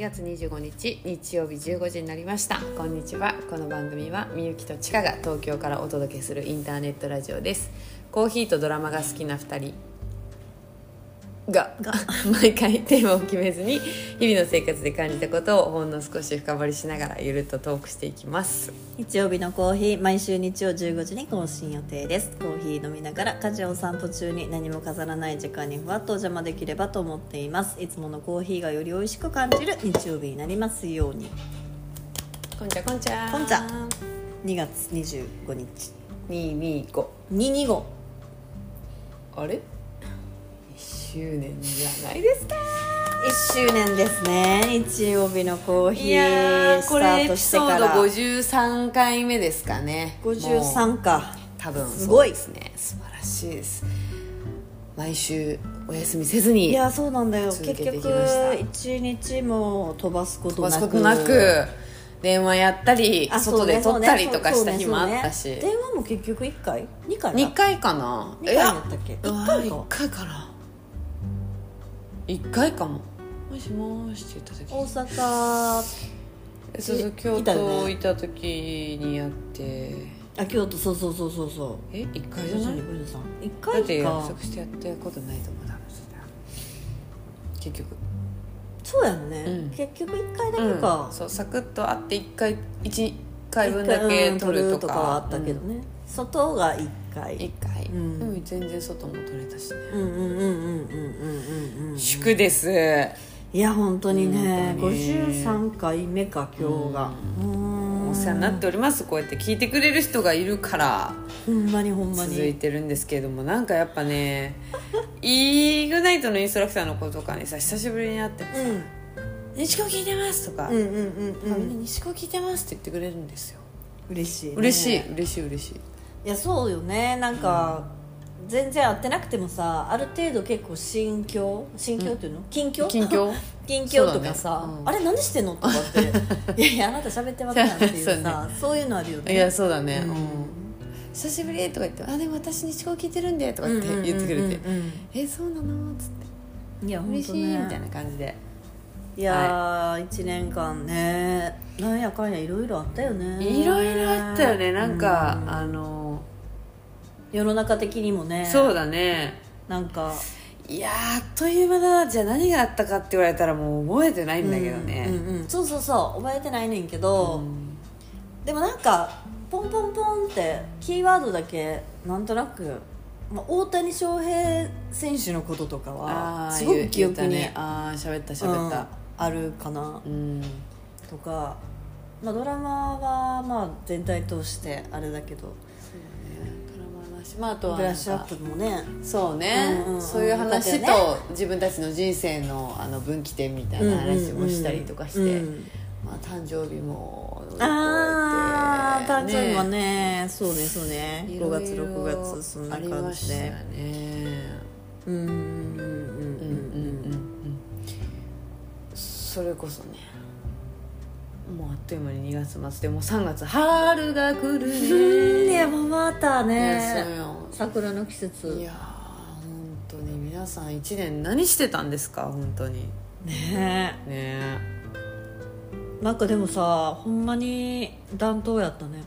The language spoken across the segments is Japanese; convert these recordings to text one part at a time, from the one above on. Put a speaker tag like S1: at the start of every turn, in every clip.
S1: 月25日日曜日15時になりましたこんにちはこの番組はみゆきとちかが東京からお届けするインターネットラジオですコーヒーとドラマが好きな2人が 毎回テーマを決めずに日々の生活で感じたことをほんの少し深掘りしながらゆるっとトークしていきます
S2: 日曜日のコーヒー毎週日曜15時に更新予定ですコーヒー飲みながら家事お散歩中に何も飾らない時間にふわっとお邪魔できればと思っていますいつものコーヒーがより美味しく感じる日曜日になりますように
S1: こんちゃこんちゃ
S2: こんちゃ2月25日
S1: 225
S2: 225
S1: あれ1周年じゃないですか
S2: 1周年ですね日曜日のコーヒ
S1: いや
S2: ー
S1: ー
S2: ス
S1: こ
S2: タ
S1: れ
S2: ー
S1: エ
S2: ト
S1: ピ
S2: して
S1: ソー
S2: か
S1: ド
S2: ら
S1: 53回目ですかねもう
S2: 53か
S1: 多分
S2: すごい
S1: そうですね素晴らしいです毎週お休みせずに
S2: いやそうなんだよ
S1: 続けて
S2: 結
S1: きま
S2: 局
S1: した
S2: 1日も飛ばすこ
S1: 飛
S2: と
S1: ば
S2: なく
S1: すことなく電話やったり
S2: あそう
S1: 外
S2: ね
S1: で撮ったりとか
S2: そ
S1: し
S2: うね
S1: た日もあった
S2: そうね
S1: し
S2: そうね電話も結局1回2回
S1: 2回かな
S2: 2回やったっけ
S1: うわ
S2: 1回
S1: 一
S2: か
S1: 回かな1回かももしもしって言った時
S2: 大阪
S1: そうそう京
S2: いたよ
S1: 都
S2: ね
S1: いた時にやって
S2: あ京都そうそうそうそうそう
S1: え一1回じゃない
S2: 1
S1: だって
S2: 回
S1: 約
S2: か
S1: 束してやったことないと思うだろうそれは結局
S2: そうやん
S1: うん
S2: ね結局1回だけか
S1: うんそうサクッと会って1回1回分だけ取るとか
S2: うんとかはあったけどね外が1
S1: 1
S2: 回
S1: 回、
S2: うん
S1: でも全然外も取れたしね、
S2: うんうんうんうんうんうんうん
S1: 祝です
S2: いや本当にね
S1: 本当に
S2: 53回目か今日がうん
S1: お世話になっておりますこうやって聞いてくれる人がいるから
S2: ほんまにほんま
S1: 続い
S2: に
S1: てるんですけれどもなんかやっぱねイーグナイトのインストラクターの子とかにさ久しぶりに会ってもさ「西高聞いてます」とか「
S2: うんうんうんうんうん
S1: 西高聞いてます」って言ってくれるんですよ
S2: 嬉しい、ね、
S1: 嬉し
S2: い
S1: い嬉しい嬉しい
S2: やそうよねなんか、全然会ってなくてもさある程度結構心境心境っていうの、近況
S1: 近況
S2: 近況とかさ、
S1: そうだねうん
S2: あれ何してんのとかっ ていやいやあなた喋ってますやんっていう
S1: そう
S2: さ
S1: ね
S2: そういうのあるよね
S1: いやそうだね、
S2: う
S1: うんん久しぶりとか言って「あでも私西高聞いてるんで」とか言って言ってくれて
S2: うんうんうん
S1: 「えそうなの?」っつって
S2: うんいや
S1: 「
S2: 本
S1: 嬉し
S2: 当
S1: い」みたい
S2: ね
S1: な感じで
S2: いやー、一1年間ねなんやかんやいろいろあったよね
S1: いろいろあったよねなんか、
S2: う
S1: あの
S2: 世の中的にもね
S1: そうだね
S2: なんか
S1: いやーあっという間だじゃあ何があったかって言われたらもう覚えてないんだけどね、
S2: うんうんうんそうそうそう覚えてないねんけど、
S1: うん
S2: でもなんかポンポンポンってキーワードだけなんとなく、まあ、大谷翔平選手のこととかは
S1: ー
S2: すごく記憶
S1: 言
S2: に、
S1: う言ったねああ喋った
S2: うん
S1: 喋った
S2: あるかな
S1: うん、
S2: とか、まあ、ドラマはまあ全体通してあれだけど
S1: そうだねドラマの話まああとは
S2: ブラ
S1: な
S2: ッ
S1: ん
S2: シュアッ
S1: か
S2: プもね
S1: そうね、
S2: うんうんうん
S1: そういう話
S2: よ
S1: と、
S2: かった
S1: 自分たちの人生のあの分岐点みたいな話もしたりとかして、
S2: うんうん
S1: まあ、誕生日も乗り越えて
S2: ああ誕生日は
S1: ね
S2: ねそうねそうね
S1: い
S2: 5
S1: ろいろ
S2: 月6月そんな
S1: あり
S2: 感
S1: まし
S2: じ
S1: た
S2: で
S1: よね
S2: うんうんうん
S1: うんうんうんうんそれこそねもうあっという間に2月末でもう3月春が来る
S2: うんい
S1: ね
S2: やもうまた
S1: ねそう
S2: ね
S1: よ
S2: 桜の季
S1: い
S2: 節
S1: やー本当に皆さん1年何してたんですか本当に
S2: ね
S1: ね
S2: なんかでもさほんまに暖冬やったね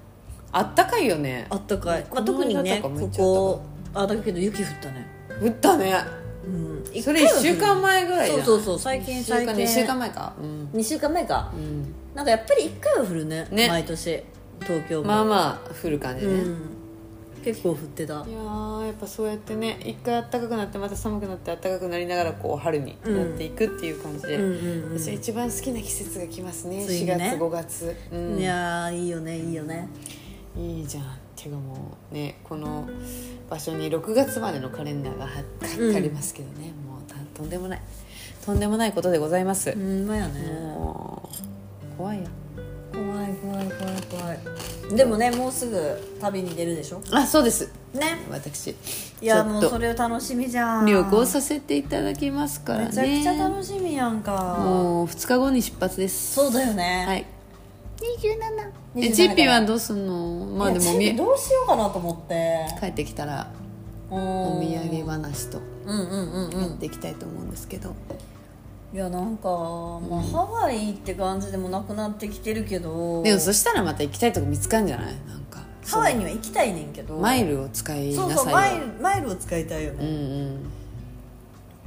S1: あったかいよね
S2: あったかい、まあ、
S1: この
S2: 特に
S1: 間
S2: ね
S1: とかめっ
S2: こ
S1: ちゃ
S2: こあだけど雪降ったね
S1: 降ったね
S2: うん
S1: それ1週間
S2: 前
S1: 前ぐらいじゃ
S2: そ
S1: ん
S2: うそうそう最
S1: 1
S2: 近
S1: 週
S2: 最
S1: 間
S2: 近
S1: 2週間前かうん、
S2: 2週間前か
S1: うん、
S2: なんかやっぱり1回は降るね
S1: ね
S2: 毎年東京も
S1: まあまあ降る感じ
S2: う
S1: ね、
S2: ん、結構降ってた
S1: いやーやっぱそうやってね一回暖かくなってまた寒くなって暖かくなりながらこう春に
S2: うん
S1: なっていくっていう感じで、
S2: うんうんうん
S1: 私一番好きな季節が来ますね
S2: つい
S1: 4
S2: にね
S1: 月5月、うん
S2: いやーいいよねいいよね
S1: いいじゃんっていうかもうねこの場所に6月までのカレンダーがは書いてありますけどね、もうたとんでもないとんでもないことでございます、
S2: ほんまやね
S1: もう怖いよ
S2: 怖い怖い怖い怖いでもねもうすぐ旅に出るでしょ
S1: あそうです
S2: ね
S1: 私
S2: いや
S1: ち
S2: も
S1: ょっ
S2: う
S1: と
S2: それを楽しみじゃん
S1: 旅行させていただきますからね
S2: めちゃくちゃ楽しみやんか
S1: もう2日後に出発です
S2: そうだよね、
S1: はい
S2: 27
S1: えチッピーはどうすんのまあで
S2: い
S1: も
S2: やチッピ
S1: み
S2: ーどうしようかなと思って
S1: 帰ってきたら
S2: お
S1: お土
S2: ー
S1: 産話と
S2: うんうんうんう
S1: やっ
S2: ん
S1: ていきたいと思うんですけど、
S2: いやなんか、まあ、ハワイって感じでもなくなってきてるけど
S1: でもそしたらまた行きたいとこ見つかんじゃないなんか
S2: ハワイには行きたいねんけど
S1: そのマイルを使いなさい
S2: そ
S1: よ
S2: うそうマイルマイルを使いたいよ
S1: うん
S2: ね、
S1: うん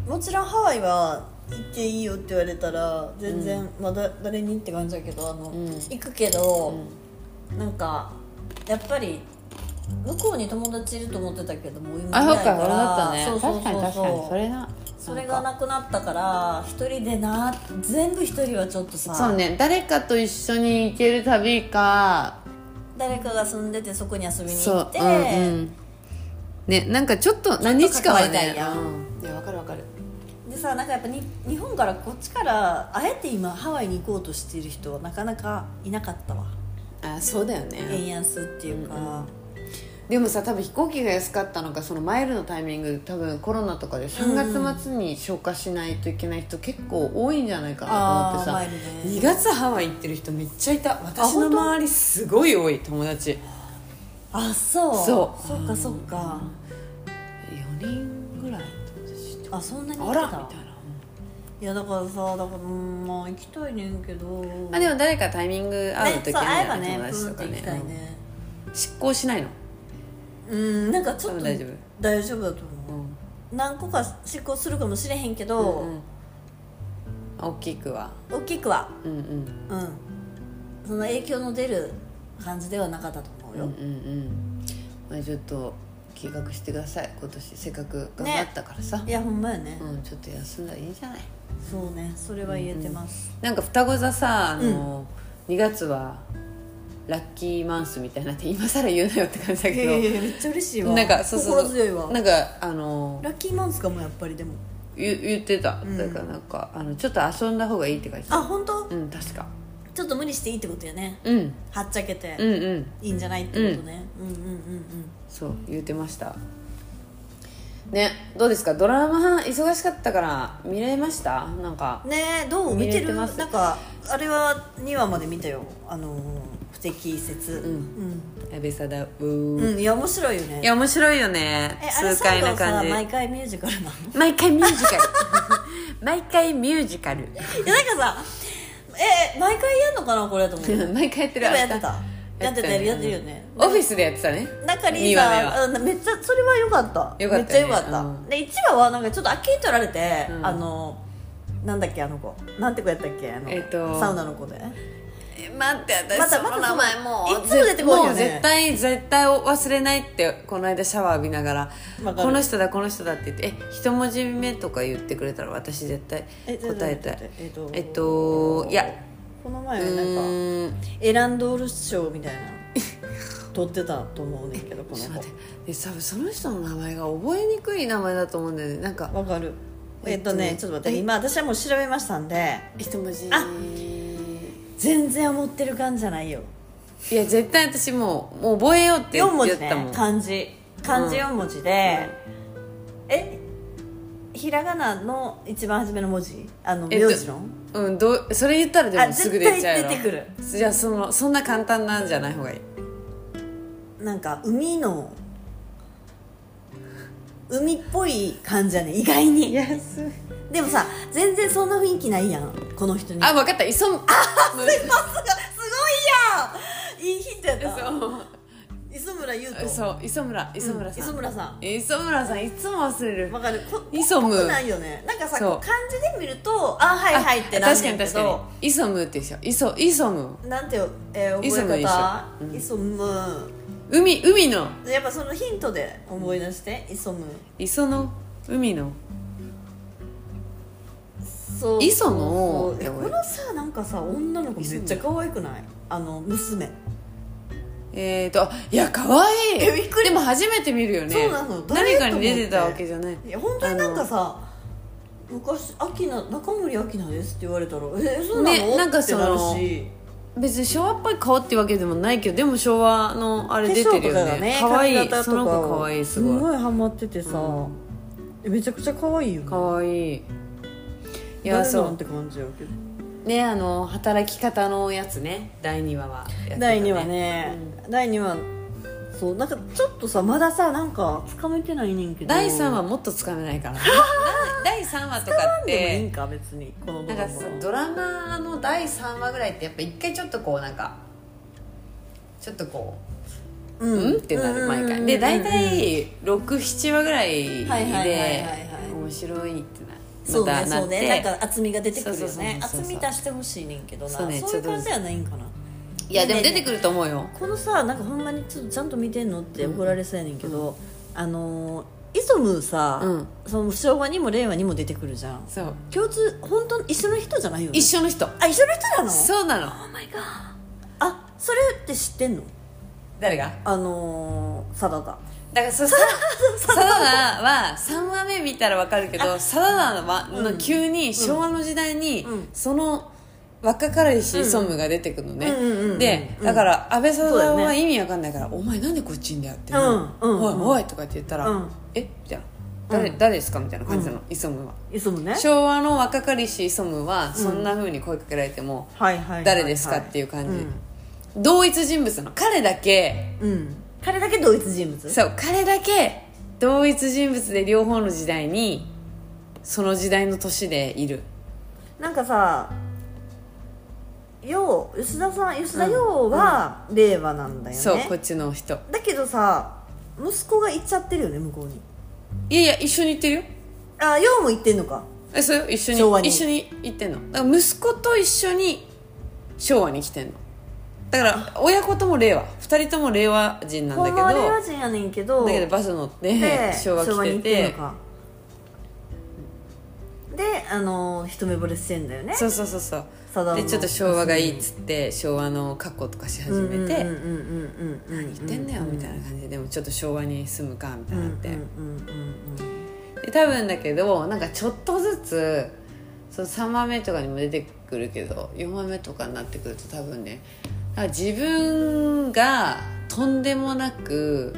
S2: もちろんハワイは行っていいよって言われたら全然、まあ、だ誰にって感じだけどあの、
S1: うん
S2: 行くけど、なんかやっぱり向こうに友達いると思ってたけどもう今
S1: あ
S2: い
S1: そ
S2: な
S1: う
S2: い
S1: か
S2: か
S1: そうだった
S2: ら
S1: ね
S2: そうそう
S1: 確かに
S2: そ
S1: 確
S2: う
S1: かにそ
S2: そう
S1: れな
S2: それが
S1: なんか
S2: なくなったから一人でな全部一人はちょっとさ
S1: そうね誰かと一緒に行ける旅か
S2: 誰かが住んでてそこに遊びに
S1: そ
S2: 行
S1: う
S2: って、
S1: うんうんねなんかちょっと何日かは
S2: ちょっと関わり
S1: ね
S2: たいやん
S1: うんいやわかるわかる
S2: でさなんかやっぱに日本からこっちからあえて今ハワイに行こうとしている人はなかなかいなかったわ
S1: あそうだよね
S2: 円安っていうか、
S1: でもさ多分飛行機が安かったのかそのマイルのタイミング多分コロナとかで3月末に消化しないといけない人結構多いんじゃないかなと思って
S2: あーマ
S1: さ
S2: イルね
S1: 2月ハワイ行ってる人めっちゃいた私の
S2: 本当
S1: 周りすごい多い友達
S2: あそう
S1: そう
S2: っかそっか
S1: 4人ぐらい友達って
S2: あそんなに行
S1: あ
S2: っ
S1: ら
S2: て
S1: み
S2: た
S1: たいない
S2: やだからさだからうんまあ行きたいねんけど
S1: まあでも誰かタイミング合う
S2: ね
S1: 時
S2: そう会えば
S1: に、ね、
S2: ね
S1: 友達
S2: プ
S1: と
S2: ンって
S1: か
S2: 行きたい
S1: ね
S2: ね
S1: うん執行しないの
S2: うんなんかちょっ
S1: 多分
S2: と
S1: 大丈夫
S2: 大丈夫だと思う、何個か執行するかもしれへんけど、
S1: うん大きくは
S2: 大きくは
S1: うんうん
S2: うんその影響の出る感じではなかったと思う
S1: うん
S2: よ、
S1: うんうんまあちょっと計画してください今年せっかく頑張ったからさ、
S2: いやほんまやね、
S1: うんちょっと休んだらいいじゃない
S2: そうねそれは言えてます、
S1: なんか双子座さあの、2月はラッキーマンスみたいになって今更言うなよって感じだ
S2: いやい
S1: け
S2: やいやめっちゃ嬉しい
S1: ど
S2: わ
S1: なんかそうそう
S2: 心強いわ
S1: なんかあの
S2: ラッキーマンスかもやっぱりでも
S1: 言言ってた、
S2: ん
S1: だからなんかあのちょっと遊んだ方がいいって感じ
S2: あ本当、
S1: うん確か
S2: ちょっと無理していいってことよね
S1: うん
S2: はっちゃけて、
S1: うんうん
S2: いいんじゃないってことね、うん、うんうん
S1: そう言ってましたねどうですかドラマ忙しかったから見れましたなんか
S2: うんねえどう見て
S1: 見れ
S2: る
S1: てます
S2: なんかあれは2話まで見たよあのー不適切うん、
S1: 「エベサダウ
S2: う
S1: ー
S2: んいや面白いよね
S1: いや面白いよね
S2: えあれ
S1: 痛快
S2: 最後
S1: な
S2: さ
S1: 感じ
S2: 毎回ミュージカル なの
S1: 毎回ミュージカル 毎回ミュージカル
S2: いやなんかさえ毎回やんのかなこれと思って
S1: 毎 回やってる
S2: でもやってたやってたよ
S1: ね
S2: やってるよね
S1: オフィスでやってたね
S2: 中に
S1: 二話目は
S2: さうんめっちゃそれは良かった
S1: 良かったよね
S2: めっちゃ良かった、
S1: うん
S2: で1話はなんかちょっとあっけに取られて、
S1: うん
S2: あのなんだっけあの子なんて子やったっけあの、
S1: えっと
S2: サウナの子で
S1: え待って私
S2: またまた
S1: その名前もう
S2: いつも出てこいよね
S1: もう絶対絶対忘れないってこの間シャワー浴びながら
S2: わかる
S1: この人だこの人だって言ってえ一文字目とか言ってくれたら私絶対答えたい
S2: えっと
S1: えっといや
S2: この
S1: う
S2: 前なんか
S1: ーん
S2: エランドール賞みたいな取ってたと思うねんけどこ
S1: ちょっと
S2: の
S1: 待ってで多分その人の名前が覚えにくい名前だと思うんだよねなんか
S2: 子わかるえっと
S1: え
S2: ね
S1: っとね
S2: ちょっと待っ
S1: え
S2: て今私はもう調べましたんで
S1: 一文字
S2: あ全然思ってる感じじゃないよ
S1: いや絶対私もうもう覚えようって言
S2: 4文字
S1: っ
S2: ね
S1: たもん、
S2: 漢字漢字4文字で、えひらがなの一番初めの文字あの
S1: えっと
S2: 名字の、
S1: うん、どうそれ言ったらで
S2: あ
S1: もすぐ出ちゃうよ
S2: 絶対出てくる
S1: じゃあそのそんな簡単なんじゃない方がいい
S2: なんか海の海っぽい感じやね意外に
S1: 安い
S2: でもさ全然そんな雰囲気ないやんこの人に
S1: あ分かった磯あ
S2: すごいやんいいヒントやった磯村優
S1: そう
S2: 斗
S1: そう磯村磯村さん、
S2: 磯村さん
S1: 磯村さんいつも忘れる
S2: わかるこ
S1: 磯村
S2: ぽくないよねなんかさ
S1: そう
S2: こう漢字で見るとあはいはいってなん
S1: 確か
S2: ねん
S1: に
S2: け
S1: 確か
S2: ど
S1: にイソムってでしょイソイソム
S2: なんてよ、えー、
S1: イソム
S2: 覚え
S1: でし
S2: 方
S1: ょうん
S2: イソム
S1: 海海の
S2: やっぱそのヒントで思い出して、イソム
S1: 磯の海の
S2: そう
S1: イソの
S2: そうえこのさなんかさ女の子めっちゃ可愛くないあの娘
S1: えーとあいや可愛い
S2: えびっくり
S1: でも初めて見るよね
S2: そうなの
S1: 何
S2: 誰やと
S1: か
S2: 思
S1: に
S2: って
S1: 出てたわけじゃない
S2: いや本当になんかさ昔「アキナ中森明菜です」って言われたら「えそうなの
S1: ねなんか
S2: って
S1: そ
S2: な
S1: の
S2: るし
S1: 別に昭和っぽい顔ってわけでもないけどでも昭和のあれ出てるよね可
S2: 化粧とかが
S1: 愛
S2: ね
S1: いその子可愛いすごい
S2: いハマっててさ、
S1: う
S2: えめちゃくちゃ可愛いよね
S1: 可愛いいい
S2: 誰
S1: や
S2: なん
S1: そう
S2: て感じやけど
S1: ねあの働き方のやつね第2話はやってたね
S2: 第2話ね、第2話そうなんかちょっとさまださなんかつかめてないねんけど
S1: 第3話
S2: は
S1: もっとつかめないからね第3話とかっ
S2: でもいい
S1: て
S2: んか別にこのド
S1: なん
S2: ラ
S1: か
S2: マ
S1: さ
S2: は
S1: ドラマの第3話ぐらいってやっぱ一回ちょっとこうなんかちょっとこ
S2: う
S1: う、うんんってなる毎
S2: うんうんうんう
S1: 回
S2: ん
S1: で大体67話ぐらい
S2: はいはいはいはいは
S1: で
S2: い
S1: 面白いってな
S2: そう
S1: ま
S2: ね
S1: たな
S2: そう
S1: っ
S2: ね
S1: て
S2: なんか厚みが出てくるよ
S1: そうそうそう
S2: ね
S1: そうそう
S2: 厚み出してほしいねんけどな
S1: そ
S2: そうう
S1: ね
S2: いう
S1: ちょっと
S2: 感じはないんかない
S1: やでも出てくると思うよ
S2: このさなんかほんまにちょっとちゃんと見てんのって怒られそうやねんけど、あのーイソムさ、
S1: うん
S2: その昭和にも令和にも出てくるじゃん
S1: そう
S2: 共通本当に一緒の人じゃないよね
S1: 一緒の人
S2: あ一緒の人なの
S1: そうなの
S2: あそれって知ってんの
S1: 誰が
S2: あのー、サダダ
S1: だからそさサダナは3話目見たらわかるけどサダナは、
S2: うん
S1: の急に昭和の時代に、
S2: うん
S1: その若かりし
S2: うん
S1: ソムが出てくるのね、
S2: うんうんうんうん
S1: でだから安倍サ
S2: そうだ
S1: ダ
S2: よ
S1: ナは
S2: ね
S1: 意味わかんないから「お前なんでこっちいんだよ」って「
S2: うんうん
S1: おい
S2: うん
S1: おい」とかって言ったら「
S2: うん
S1: えみたいな「誰,、誰ですか?」みたいな感じなの、イソムは
S2: イソムね
S1: 昭和の若かりしイソムはそんなふうに声かけられても、
S2: はいはいはいはい
S1: 誰ですかっていう感じ、同一人物なの彼だけ
S2: うん、うん彼だけ同一人物
S1: そう彼だけ同一人物で両方の時代にその時代の年でいる
S2: なんかさよう吉田さん吉田洋は令和なんだよね、
S1: そうこっちの人
S2: だけどさ息子が行っちゃってるよね向こうに
S1: いやいや一緒に行ってるよ
S2: あようも行ってんのか
S1: えそうよ一緒
S2: 昭和
S1: に
S2: に
S1: 一緒に行ってんのだから息子と一緒に昭和に来てんのだから親子とも令和二人とも令和人なんだ
S2: ほ
S1: け
S2: ん
S1: ど
S2: まは令和
S1: だ
S2: 人やねんけど
S1: けどバス乗って
S2: で
S1: 昭和来て
S2: に行ってんのかであの一目惚れしてんだよね
S1: そうそうそうそう
S2: さだ
S1: でちょっと昭和がいいっ
S2: つ
S1: つって昭和の格好とかし始めて、
S2: うんうんうんうんうんうん
S1: 言ってんだよみたいな感じででもちょっと昭和に住むかみたいになって、
S2: うんうんうん
S1: で多分だけどなんかちょっとずつその3話目とかにも出てくるけど4話目とかになってくると多分ねなんか自分がとんでもなく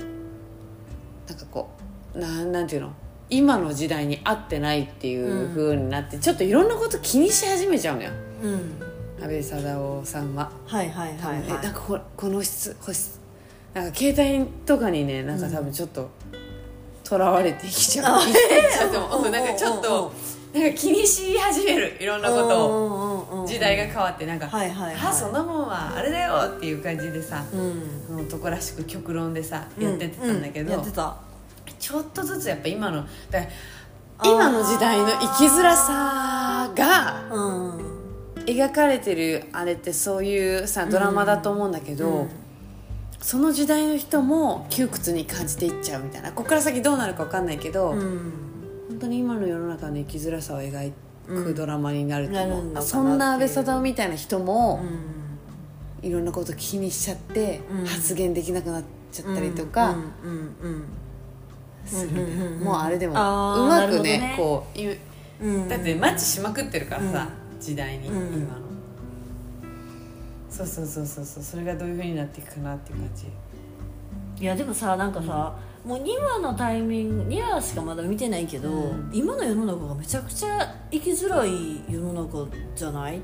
S1: なんかこうなんなんていうの今の時代に合ってないっていう風になって、ちょっといろんなこと気にし始めちゃうのよ
S2: うんうん
S1: 安倍貞夫さんは。
S2: はいはいはい
S1: えなん
S2: は
S1: かここの質保湿なんか携帯とかにねなんか多分ちょっととらわれて生きちゃ う、生きちゃうと思
S2: うんうんう
S1: うんなんかちょっとなんか気にし始めるいろん
S2: い
S1: なことを
S2: と
S1: 時代が変わってなんか「
S2: はいはいはい
S1: あそんなもんはあれだよ」っていう感じでさ、
S2: うん
S1: その男らしく極論でさやってってたんだけど、
S2: うやってた
S1: ちょっとずつやっぱ今のだから今の時代の生きづらさが
S2: うん
S1: 描かれてるあれってそういうさドラマだと思うんだけど、その時代の人も窮屈に感じていっちゃうみたいなここから先どうなるか分かんないけど、
S2: うん
S1: 本当に今の世の中の生きづらさを描くドラマになると
S2: な
S1: 思
S2: る
S1: う、
S2: んだかなっていう
S1: そんな安倍貞夫みたいな人も
S2: う、ん
S1: いろんなこと気にしちゃって、
S2: うん
S1: 発言できなくなっちゃったりとか
S2: うんうん
S1: するね、
S2: うんうんうん
S1: もうあれでもう
S2: あー
S1: まくね
S2: なるほ
S1: こうい
S2: うんうん
S1: だってマッチしまくってるからさ、時代に、
S2: うん
S1: 今のそうそうそうそうそうそれがどういうふうになっていくかなっていう感じ
S2: いやでもさなんかさ、もう2話のタイミング2話しかまだ見てないけど、
S1: うん
S2: 今の世の中がめちゃくちゃ生きづらい世の中じゃないっ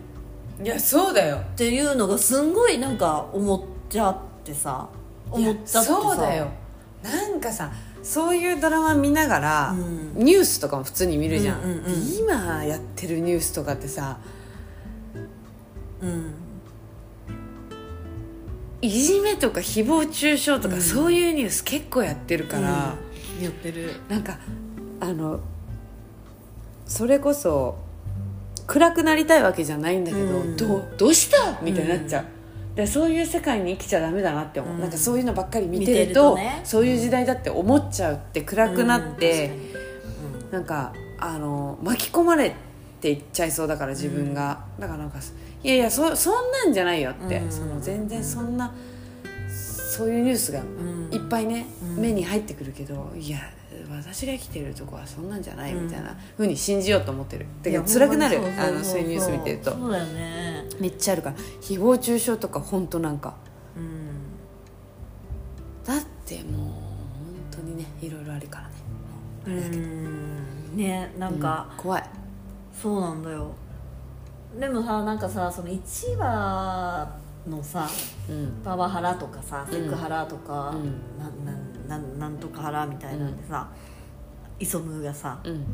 S1: いやそうだよ
S2: ていうのがすんごいなんか思っちゃってさ思っちゃってさ
S1: そうだよなんかさそういうドラマ見ながら、
S2: うん
S1: ニュースとかも普通に見るじゃん,、
S2: うんうんうん
S1: 今やってるニュースとかってさ
S2: うん
S1: いじめとか誹謗中傷とか、そういうニュース結構やってるから、
S2: うんやってる
S1: なんかあのそれこそ暗くなりたいわけじゃないんだけど、
S2: うん
S1: どうどうしたみたいになっちゃう、でそういう世界に生きちゃダメだなって思う、
S2: うん
S1: なんかそういうのばっかり見
S2: 見て
S1: て
S2: る
S1: る
S2: と
S1: と
S2: ね
S1: そういう時代だって思っちゃうって暗くなって、
S2: うん確かに
S1: なんかあの巻き込まれていっちゃいそうだから自分が、だからなんかいやいやそそんなんじゃないよって、
S2: うん
S1: その全然そんなそういうニュースが
S2: ん
S1: いっぱいね、
S2: うん
S1: 目に入ってくるけどいや私が生きてるとこはそんなんじゃない
S2: うん
S1: みたいなふうに信じようと思ってるだけ
S2: いや
S1: ど辛くなる
S2: ほんま
S1: あ
S2: に
S1: のそういうニュース見てると
S2: そうだよね
S1: めっちゃあるから誹謗中傷とか本当なんか
S2: うん
S1: だってもう本当にねいろいろあるからね
S2: うんねなんか、
S1: うん怖い
S2: そうなんだよでもさなんかさその1話のさ
S1: うん
S2: パワハラとかさセクハラとか、
S1: うん
S2: なん、なんなんなんとかハラみたいなんでさ、イソムーがさ
S1: うん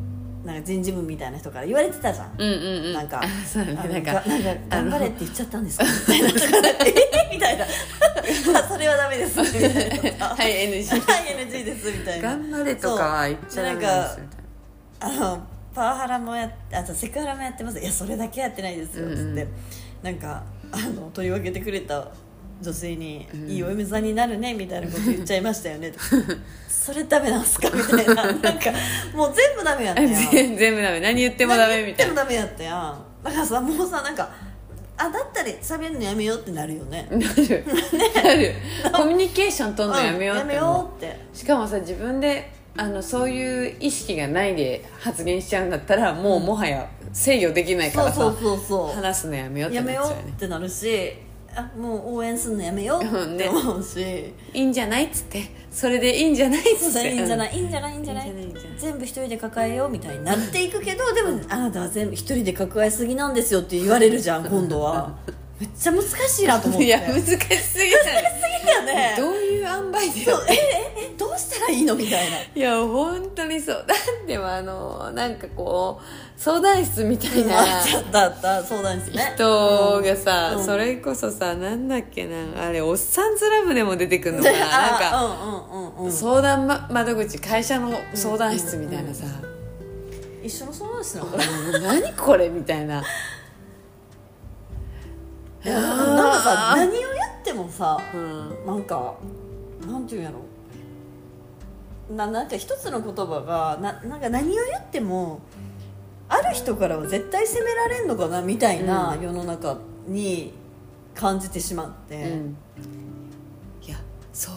S2: なんか人事部みたいな人から言われてたじゃん、
S1: うんうんうん
S2: なんか
S1: あそうだ
S2: あの
S1: ねなん
S2: が
S1: か
S2: なんか
S1: あの
S2: 頑張れって言っちゃった んですかみたいなとか えみたいなあそれはダ メですみたいなとか
S1: はい NG
S2: はい NG ですみたいな
S1: 頑張れとかは言っちゃダメですみたいな
S2: あのパワハラもやっあとセクハラもやってますいやそれだけはやってないですよ
S1: うん
S2: つ
S1: う
S2: って、
S1: ん
S2: なんかあの取り分けてくれた女性に「
S1: ん
S2: いいお嫁さんになるね」みたいなこと言っちゃいましたよね とかそれダメなんすかみたいななんかもう全部ダメやったやん
S1: 全全部ダメ何言ってもダメみたい
S2: 何言っても
S1: な
S2: ダメやったやんだからさもうさなんかあだったら喋るのやめようって なるよね
S1: なるなるコミュニケーション取るのやめよう
S2: う
S1: っ
S2: んやめ
S1: て思う
S2: ようって
S1: しかもさ自分であのそういう意識がないで発言しちゃうんだったらもうもはや制御できないか
S2: そ
S1: ら
S2: う
S1: さ
S2: そうそうそう
S1: 話すのやめようって
S2: や
S1: なっ
S2: め
S1: ち
S2: よ
S1: ゃうよ
S2: うっ
S1: ね
S2: てなるしあもう応援するのやめよう
S1: うん
S2: っ
S1: ね
S2: て思うし、
S1: いいんじゃないっつってそれでいいんじゃないっ
S2: そ
S1: つ
S2: う
S1: って
S2: だいいんじゃないいいんじゃないいいんじゃない
S1: いいんじゃないいいんじゃない
S2: 全部一人で抱えようみたいになっていくけどでもあなたは全部一人で抱えすぎなんですよって言われるじゃん今度はめっちゃ難しいなと思っ
S1: うん
S2: て
S1: いや難しすぎない
S2: いやね
S1: どういう塩梅で
S2: そうえええどうしたらいいのみたいない
S1: や本当にそうだってあのなんかこう相談室みたいな
S2: あちょっとあったそうなんですね
S1: 人がさ、
S2: うん
S1: それこそさなんだっけなあれ「おっさんずラブ」でも出てくるのかななんか、
S2: あうんうんうんうん
S1: 相談ま窓口会社の相談室みたいなさ、
S2: 一緒のそうなんですねこれ
S1: 何これみたいな、
S2: いやなんかさ何をやってもさ
S1: うん、
S2: なんかなんていうんやろななんか一つの言葉がななんか何を言ってもある人からは絶対責められんのかなみたいな世の中に感じてしまって、
S1: うん、いやそ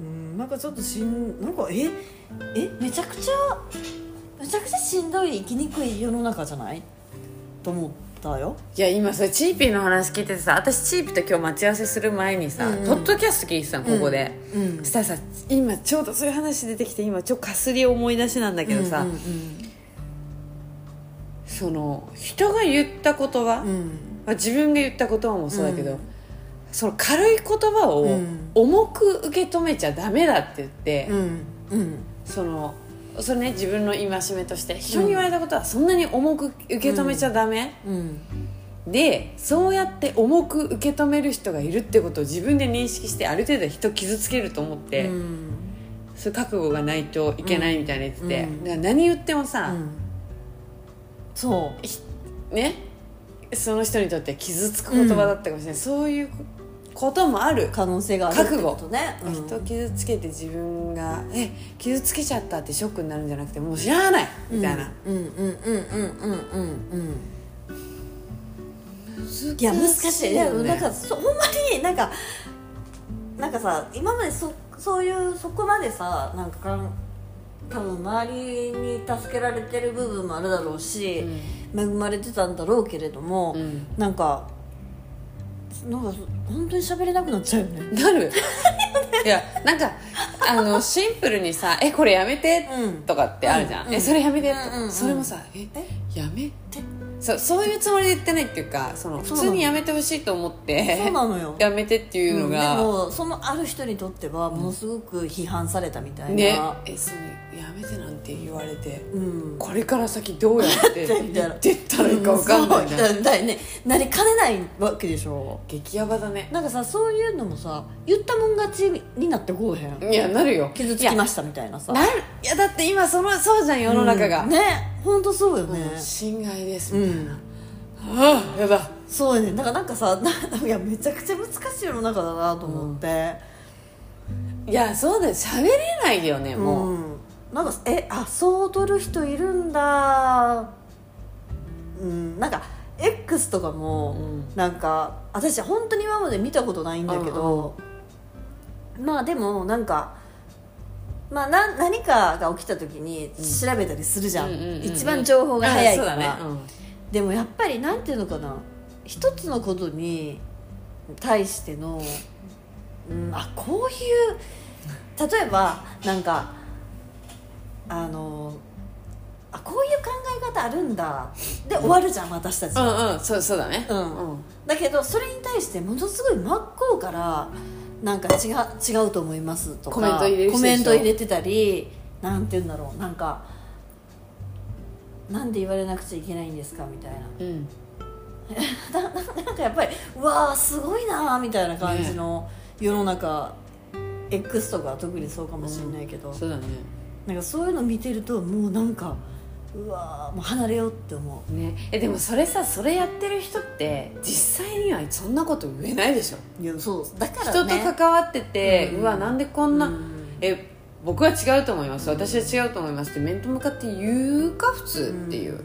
S1: う
S2: うんなんかちょっとしんなんかええめちゃくちゃめちゃくちゃしんどい生きにくい世の中じゃないと思ったよ
S1: いや今それチーピーの話聞いててさ私チーピーと今日待ち合わせする前にさ、
S2: うんうん
S1: ポッドキャスト聞いてたのここで、
S2: うんう
S1: そ
S2: ん
S1: したらさ今ちょうどそういう話出てきて今ちょっとかすり思い出しなんだけどさ、
S2: うん
S1: その人が言った言葉、
S2: うんうん
S1: まあ、自分が言った言葉もそうだけど、
S2: うん
S1: その軽い言葉
S2: う
S1: を
S2: ん
S1: 重く受け止めちゃダメだって言って、
S2: うんうん
S1: そのそれね自分の戒めとして人に言われたことはそんなに重く受け止めちゃダメ、
S2: うん
S1: でそうやって重く受け止める人がいるってことを自分で認識してある程度人傷つけると思って、
S2: うん
S1: そういう覚悟がないといけないみたいな言ってて、
S2: うん
S1: だから何言ってもさ、
S2: そ
S1: ねその人にとって傷つく言葉だったかもしれない、そういうこともある
S2: う可能性があるってことね、うん
S1: 人を傷つけて自分が「え傷つけちゃった」ってショックになるんじゃなくて「もう知らない!」みたいな、
S2: うんうんうんうんうんうんうんいや難しいいや
S1: よね
S2: なんかそほんまになんかなんかさ今までそそういうそこまでさなんかかん多分周りに助けられてる部分もあるだろうし、恵まれてたんだろうけれども、
S1: うん
S2: なんかなんかそ本当に喋れなくなっちゃうよね
S1: な るいやなんかあのシンプルにさ「えこれやめて
S2: うん」
S1: とかってあるじゃん「
S2: うん
S1: えそれやめて」とか、
S2: うんうんうん
S1: それもさ「え
S2: え
S1: やめて」そうそういうつもりで言ってないっていうかその普通にやめてほしいと思って
S2: そうなのよ
S1: やめてっていうの
S2: うんで
S1: が、
S2: もそのある人にとってはものすごく批判されたみたいな、
S1: ねえそのやめてなんて言われて、
S2: うん
S1: これから先どうやって言ってったらいいか分かんないな、
S2: そうだよねなりかねないわけでしょ
S1: 激ヤバだね
S2: なんかさそういうのもさ言ったもん勝ちになってこうへん
S1: いやなるよ
S2: 傷つきましたみたいなさ
S1: いやなるいやだって今そのそうじゃん世の中が、
S2: うんね本当そうよね
S1: もう侵害です
S2: う
S1: み
S2: ん、
S1: たいな、ああやだ
S2: そうよねだからなんかさないやめちゃくちゃ難しい世の中だなと思って、
S1: いやそうだよ喋れないよねもう、
S2: ん、なんかえあそう取る人いるんだうんなんか X とかも、
S1: うん
S2: なんか私本当に今まで見たことないんだけど、まあでもなんか、まあ、な何かが起きた時に調べたりするじゃ
S1: う
S2: ん,、
S1: んうんうんうん
S2: 一番情報が早いから、
S1: あそうだね、うん
S2: でもやっぱりなんていうのかな一つのことに対しての、うん、あこういう例えばなんかあのあこういう考え方あるんだで終わるじゃん私たちは、
S1: うんうんそうそうだね
S2: うんだけどそれに対してものすごい真っ向からなんか違う違うと思いますとか
S1: コメント入れる人でしょ
S2: コメント入れてたりなんて言うんだろうなんかなんで言われなくちゃいけないんですかみたいな
S1: うん
S2: なななんかやっぱりうわあすごいなーみたいな感じの世の中、X とかは特にそうかもしれないけど、
S1: そうだね
S2: なんかそういうの見てるともうなんかうわーもう離れようって思
S1: ねえでもそれさそれやってる人って実際にはそんなこと言えないでしょ
S2: ういやそうだか
S1: 人と関わってて、
S2: う
S1: うんわなんでこんな、
S2: うん
S1: え僕は違うと思います私は違うと思いますって面と向かって言うか普通っていう、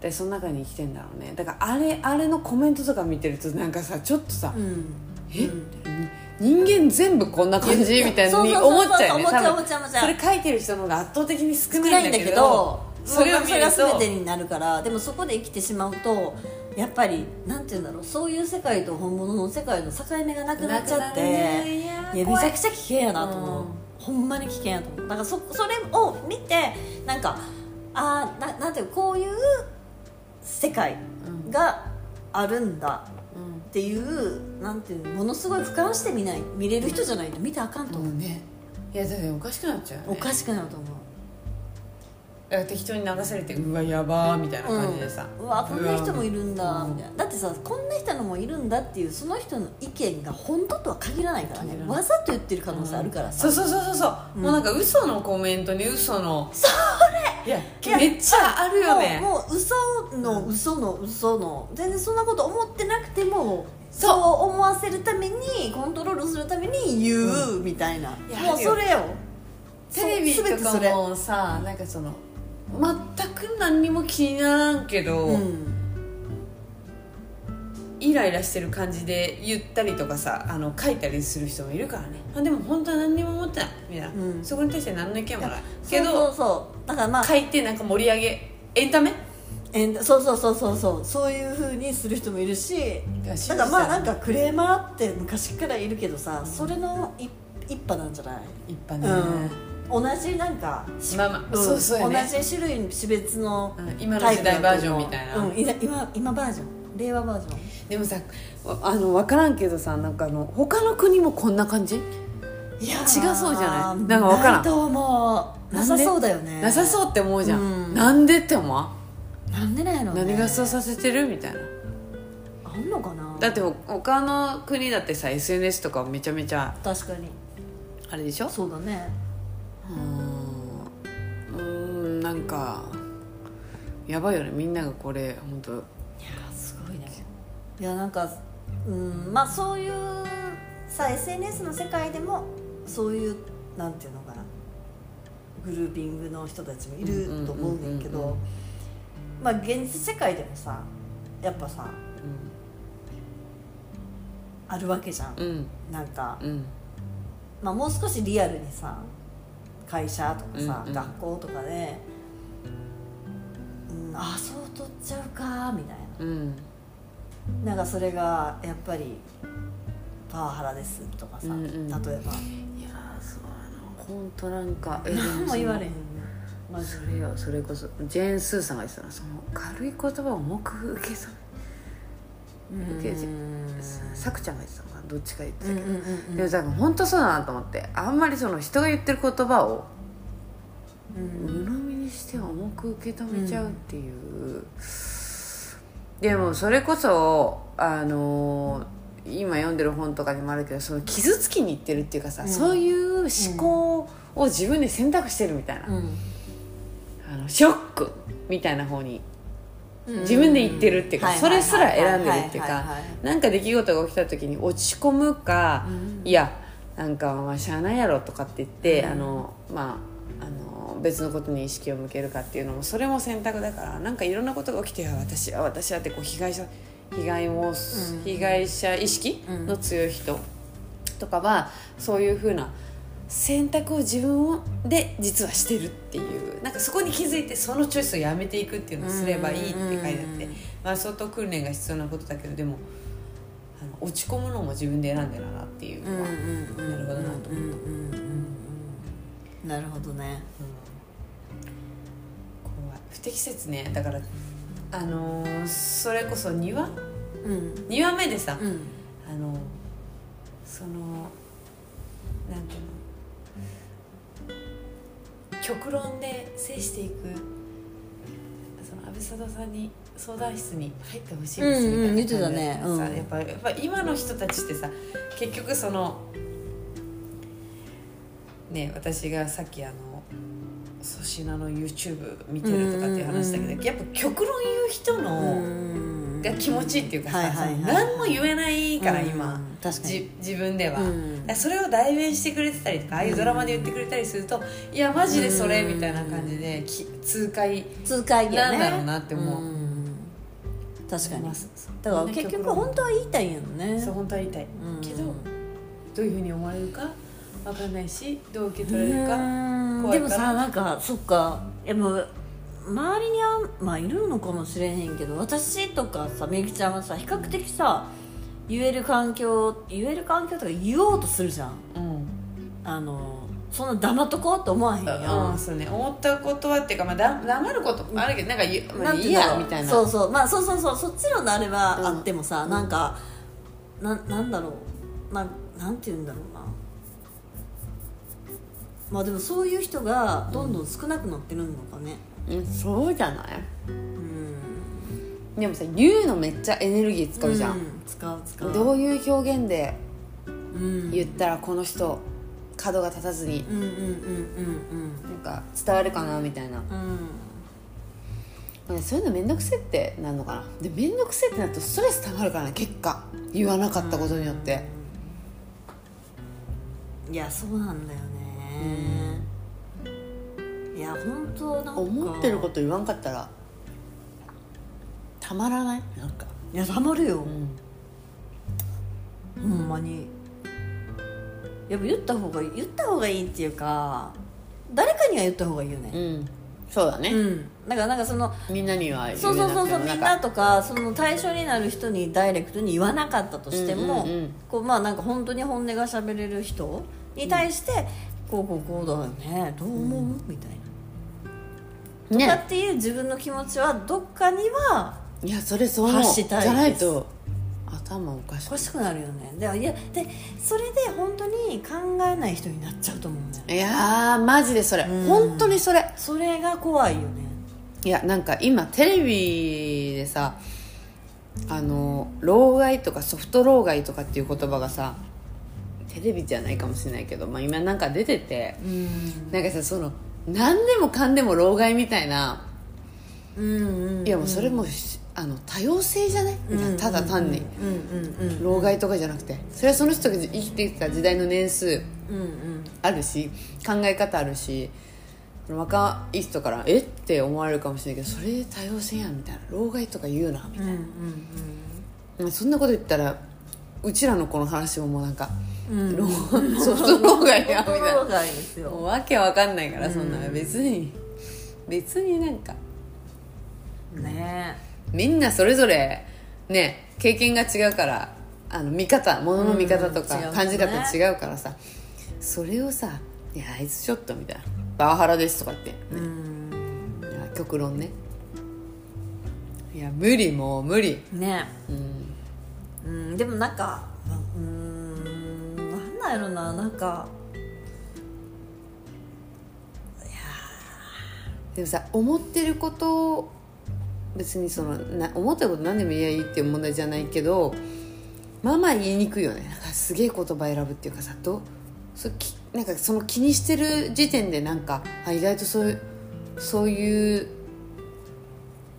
S1: でその中に生きてんだろうねだからあれあれのコメントとか見てるとなんかさちょっとさ、
S2: うん
S1: え
S2: うん
S1: 人間全部こんな感じみたいなに
S2: そうそうそうそう
S1: 思っちゃうよね
S2: 思っちゃう
S1: 多
S2: 思っちゃう思っ
S1: 分
S2: ちゃ
S1: そ
S2: う
S1: れ書いてる人の方が圧倒的に少
S2: 少
S1: な
S2: ないい
S1: ん
S2: ん
S1: だ
S2: だ
S1: け
S2: け
S1: ど
S2: ど
S1: それを見ると
S2: それが全てになるからでもそこで生きてしまうとやっぱりなんて言うんだろうそういう世界と本物の世界の境目がなくなっちゃって
S1: なくなるね
S2: い
S1: いや
S2: や
S1: ー
S2: め
S1: 怖い
S2: ちゃくちゃ危険やなと思う、
S1: うん
S2: ほんまに危険やと思うだからそそれを見てなんかあーななんていうこういう世界があるんだっていうなんていうのものすごい俯瞰して見ない見れる人じゃないと見てあかんと
S1: うん、
S2: 思う、
S1: うん、ねいやだっておかしくなっちゃうよね
S2: おかしくなると思う
S1: だから適当に流されてうわやばーみたいな感じでさ、
S2: うん、うわこんな人もいるんだ
S1: うん
S2: みたいなだってさこんな人のもいるんだっていうその人の意見が本当とは限らないからね
S1: 限らない
S2: わざと言ってる可能性あるからさ、
S1: そうそうそうそうそう、
S2: うん
S1: もうなんか嘘のコメントに嘘の
S2: そ
S1: いや
S2: いや
S1: めっちゃあるよね
S2: もうもう嘘の嘘の嘘の全然そんなこと思ってなくても
S1: そう
S2: そう思わせるためにコントロールするために言うみたいな、
S1: いや
S2: もう
S1: あるよ
S2: それよ
S1: テレビ
S2: そう全て
S1: とか
S2: それ
S1: もさなんかその全く何にも気にならんけど、
S2: うん
S1: イライラしてる感じで言ったりとかさあの書いたりする人もいるからねあでも本当は何にも思ってないみたいな、
S2: うん
S1: そこに対して何の意見もないけ
S2: そうそ
S1: ど
S2: うそうだからまあ
S1: 書いてなんか盛り上げエンタメ
S2: えんそうそうそうそうそうそういうふうにする人もいるし
S1: だから
S2: だからまあなんかクレーマーって昔からいるけどさそれの一一派なんじゃない、
S1: 一般ね、
S2: うん、同じなんか、
S1: まあまあ、
S2: うん
S1: そうそうやね
S2: 同じ種類の種別の
S1: うん今の時代バージョンみたいな、
S2: うん、いざ今今バージョン令和バージョン
S1: でもさわあの分からんけどさなんかあの他の国もこんな感じ
S2: いや違
S1: ー違うそうじゃないなんかわからん
S2: ないと思うな
S1: なんで
S2: さそうだよね
S1: なさそうって思うじゃん、
S2: うん
S1: なんでって思わ
S2: うなんでなんやろ
S1: ん、
S2: う、ね、
S1: 何がそうさせてるみたいな
S2: あんのかな
S1: だってほ他の国だってさ SNS とかめちゃめちゃ
S2: 確かに
S1: あれでしょ
S2: そうだね
S1: うーんうーんなんかやばいよねみんながこれ本当
S2: いやーすごいねいやなんかうんまあそういうさ SNS の世界でもそういうなんていうのかなグルーピングの人たちもいると思うねんけ
S1: うんうんうんうん
S2: どまあ現実世界でもさやっぱさあるわけじゃん
S1: うんうん
S2: なんか、
S1: うん
S2: まあ、もう少しリアルにさ会社とかさ、
S1: うんうん
S2: 学校とかで、うん、ああそう取っちゃうかみたい
S1: う
S2: な
S1: ん
S2: なんかそれがやっぱりパワハラですとかさ、
S1: うんうん
S2: 例え
S1: いやー
S2: ば
S1: そうなの本当なんかえでそ
S2: 何
S1: の
S2: も言われへんねマジ
S1: それよそれこそジェーン・スーさんが言ってたのその軽い言葉を重く受け止ん
S2: で
S1: めさくちゃんが言ってたのかなどっちか言って
S2: う
S1: た
S2: ん
S1: け
S2: う
S1: ど、
S2: んうん
S1: でもだから本当そうだなと思ってあんまりその人が言ってる言葉を
S2: うん
S1: 鵜呑みにしては重く受け止めちゃうっていう、でもそれこそあのー今読んでる本とかにもあるけどその傷つきにいってるっていうかさ、
S2: うん
S1: そういう思考を自分で選択してるみたいな、
S2: うん
S1: あのショックみたいな方に
S2: うん
S1: 自分で言ってるっていうか
S2: はい
S1: それすら選んでるっていう
S2: はは
S1: か
S2: ははい
S1: なんか出来事が起きた時に落ち込むか、
S2: うん
S1: いやなんかまあしゃあないやろとかって言って、
S2: うん
S1: あのまああの別のことに意識を向けるかっていうのもそれも選択だからなんかいろんなことが起きてあ私は私はってこう被害者被害も、
S2: ん
S1: 被害者意識
S2: うん
S1: の強い人とかはそういうふうな選択を自分で実はしてるっていうなんかそこに気づいてそのチョイスをやめていくっていうのをすればいいって書いてあ
S2: うんうん
S1: っ
S2: うんう
S1: て
S2: ん、
S1: まあ、相当訓練が必要なことだけどでもあの落ち込むのも自分で選んでるなっていう
S2: うん
S1: のは、
S2: うんうん
S1: なるほどなと思った
S2: うんうんうんうんなるほどね
S1: うん怖い不適切ねだからあのーそれこそ2話
S2: うん
S1: 2話目でさ、
S2: うん
S1: あのそのなんていうの極論で制していくその安倍貞さんに相談室に入ってほしいです
S2: うんうん
S1: みたいな感じ
S2: 言ってたね
S1: だっ
S2: うん
S1: たらさやっぱやっぱ今の人たちってさ結局そのね私がさっきあの粗品の YouTube 見てるとかっていう話だけど、
S2: うんうんうん
S1: やっぱ極論言う人の、
S2: うん
S1: が気持ちいいっていうかさ、
S2: はいはいはい
S1: その何も言えないから今、
S2: うん確かに
S1: じ自分では、
S2: うん
S1: だからそれを代弁してくれてたりとかああいうドラマで言ってくれたりするといやマジでそれ
S2: うん
S1: みたいな感じでき痛快
S2: 通会議やね
S1: なんだろうなって思うん
S2: 確かに
S1: ます
S2: だから結局本当は言いたいんやろね
S1: そう本当は言いたい、
S2: うん
S1: けどどういうふうに思われるかわかんないしどう受け取られるか、
S2: うん
S1: 怖
S2: で
S1: いか
S2: も
S1: ら
S2: さなんかそっかでも周りにあんまあいるのかもしれへんけど私とかさみゆきちゃんはさ比較的さ言える環境言える環境とか言おうとするじゃん
S1: うん
S2: あのそんな黙っとこうって思わへんや
S1: うん
S2: ん
S1: そうね思ったことはっていうか、まあ、だ黙ることもあるけどなんか言う、まあ、
S2: なん
S1: い
S2: て
S1: いう
S2: の
S1: やみたいな
S2: そうそうまあそうそうそうそっちのなれば
S1: うん
S2: あってもさ、なんかななんだろうななんて言うんだろうなまあでもそういう人がどんどん少なくなってるのかね
S1: うんそうじゃない
S2: うん
S1: でもさ言うのめっちゃエネルギー使うじゃ、
S2: うんん使う使う
S1: どういう表現で
S2: うん
S1: 言ったらこの人角が立たずに
S2: うんうんうんうん
S1: なんか伝わるかなみたいな、
S2: うんうん
S1: ねそういうの面倒くせってなるのかなで面倒くせってなるとストレスたまるからね結果言わなかったことによって、
S2: いやそうなんだよね、いや本当なんか
S1: 思ってること言わんかったらたまらないなんか、
S2: いやたまるよ、
S1: うん、
S2: ほんまにやっぱ言った方がいい言った方がいいっていうか誰かには言った方がいいよね
S1: うん、そうだ
S2: う
S1: ね、
S2: んだからなんかその
S1: みんなには言えなくて
S2: そう
S1: も
S2: そうそうそうみんな
S1: か
S2: とかその対象になる人にダイレクトに言わなかったとしても、
S1: うんうんうん
S2: こうまあなんか本当に本音が喋れる人に対して、こうこうこうだよねどう思う、みたいなとか
S1: ね
S2: っていう自分の気持ちはどっかにはい
S1: やそれそう思う
S2: 発
S1: じ
S2: したいです
S1: ゃないと頭おかし
S2: お
S1: く
S2: かしくなるよねでいやでそれで本当に考えない人になっちゃうと思うね
S1: いやーマジでそれ、
S2: うん
S1: 本当にそれ
S2: それが怖いよね
S1: いやなんか今テレビでさあの老害とかソフト老害とかっていう言葉がさテレビじゃないかもしれないけど、まあ、今なんか出てて
S2: うん
S1: なんかさその何でもかんでも老害みたいな
S2: うんうん
S1: いやもうそれもしあの多様性じゃないみたいなただ単に
S2: うんうんうん
S1: 老害とかじゃなくてそれはその人が生きてきた時代の年数
S2: うんうん
S1: あるし考え方あるし若い人から「えっ?」て思われるかもしれないけどそれで多様性やんみたいな老害とか言うなみたいな。
S2: うんうん
S1: まあそんなこと言ったらうちらのこの話ももうなんか、
S2: う ん
S1: ローソフト老害やみたい
S2: 心
S1: な
S2: がですよ
S1: もうわけわかんないから
S2: うん
S1: そんな別に別になんか
S2: ね
S1: みんなそれぞれね経験が違うからあの見方ものの見方と
S2: うん違う
S1: か
S2: ね
S1: 感じ方違うからさ、それをさ「いやあいつちょっと」みたいな「パワハラです」とか言って、
S2: うん
S1: いや極論ねいや無理もう無理
S2: ね
S1: うん
S2: うんでもなんかうんなんなんやろななんか
S1: でもさ思ってることを別にそのな思ったこと何でも言えばいいっていう問題じゃないけどまあまあ言いにくいよねなんかすげえ言葉選ぶっていうかさどうそきなんかその気にしてる時点でなんかあ意外とそういうそういう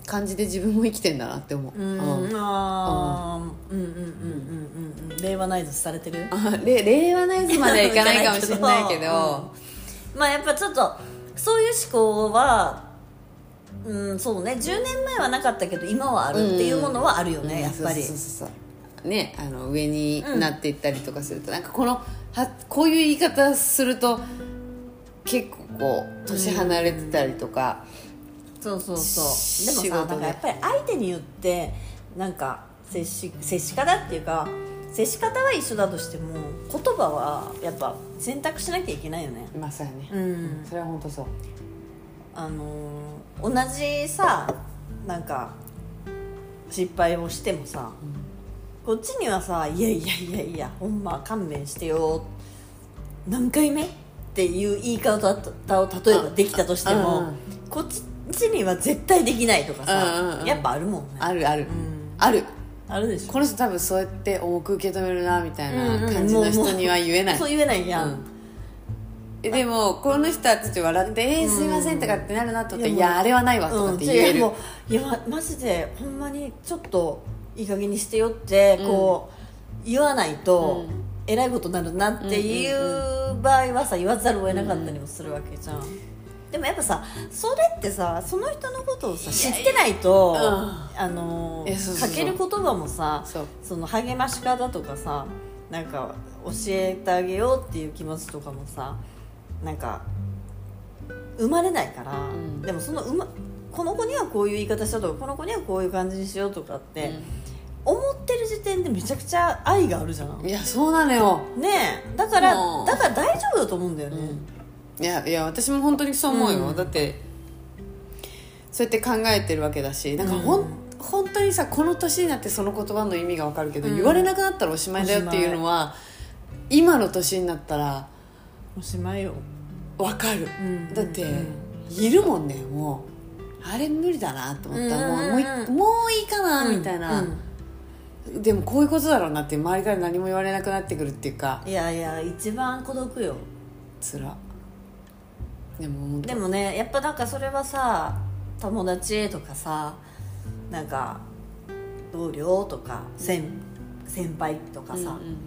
S1: 感じで自分も生きてんだなって思う、
S2: うんあーうんうんうんうんうんうん令和ナイズされてる
S1: あれ令和ナイズまではいかないかもしれないけ
S2: いかない
S1: ど
S2: まあやっぱちょっとそういう思考はうんそうね10年前はなかったけど今はあるっていうものはあるよね、やっぱり
S1: そうそうそうそうねあの上になっていったりとかすると、なんかこのはこういう言い方すると結構こう年離れてたりとか、
S2: そうそうそう
S1: 仕
S2: でもさな
S1: 事
S2: ん
S1: で
S2: かやっぱり相手によってなんか接し接し方っていうか接し方は一緒だとしても言葉はやっぱ選択しなきゃいけないよね
S1: まあそうやね、
S2: うん
S1: それは本当そう
S2: あのー同じさなんか失敗をしてもさ、こっちにはさ「いやいやいやいやほんま勘弁してよ」何回目っていう言い方を例えばできたとして
S1: う
S2: も
S1: ん
S2: こっちには絶対できないとか
S1: うんうん
S2: さ
S1: うん
S2: やっぱあるもんね
S1: あるある、
S2: ん
S1: ある
S2: あるでしょ
S1: この人多分そうやって重く受け止めるなみたい
S2: うんう
S1: なん感じの人には言えない、
S2: そう言えないやん、
S1: うんえでもこの人たち笑って「えー、すいません」とかってなるなと思って「い
S2: いやもう
S1: やあれはないわ」とかって言え
S2: う
S1: る
S2: ん違うもういやマジでほんまにちょっといい加減にしてよってこう、言わないと、
S1: うん
S2: えらいことになるなっていう場合はさ言わざるを得なかったりもするわけじゃん、でもやっぱさそれってさその人のことをさ知ってないと、
S1: うん
S2: あの
S1: いやそうそうそう
S2: かける言葉もさ
S1: そう
S2: その励まし方とかさなんか教えてあげようっていう気持ちとかもさなんか生まれないから、
S1: ん
S2: でもそのう、ま、この子にはこういう言い方しようとかこの子にはこういう感じにしようとかって、思ってる時点でめちゃくちゃ愛があるじゃん
S1: いやそうなのよ
S2: ねえだから
S1: もう
S2: だから大丈夫だと思うんだよね、
S1: いやいや私も本当にそう思うよ、
S2: うん
S1: だってそうやって考えてるわけだしなんかほん、
S2: うん
S1: 本当にさこの年になってその言葉の意味がわかるけど、
S2: うん
S1: 言われなくなったらおしまいだよっていうのは今の年になったら
S2: おしまいよ
S1: わかる、
S2: うん
S1: だって、
S2: うん
S1: いるもんねもうあれ無理だなと思ったら、もうもうい
S2: うん
S1: もういいかな、みたいな、
S2: うん
S1: でもこういうことだろうなって周りから何も言われなくなってくるっていうか
S2: いやいや一番孤独よ
S1: つらでも本当
S2: でもねやっぱなんかそれはさ友達とかさなんか同僚とか先先輩とかさ、
S1: うんうん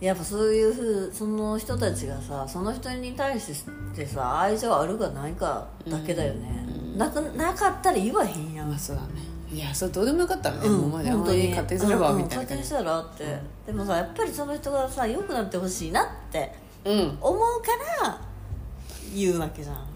S2: やっぱそういうふうその人たちがさその人に対してさ愛情あるかないかだけだよね、なくなかったら言わへんやん、
S1: まあそうだねいやそれどうでもよかったね、
S2: うん
S1: もうまであん
S2: 本
S1: ま
S2: 当
S1: り
S2: に
S1: 勝手にすれば、
S2: うんうん
S1: みたいな感じ
S2: 勝手にしたらって、でもさやっぱりその人がさ良くなってほしいなって
S1: うん
S2: 思うから言うわけじゃん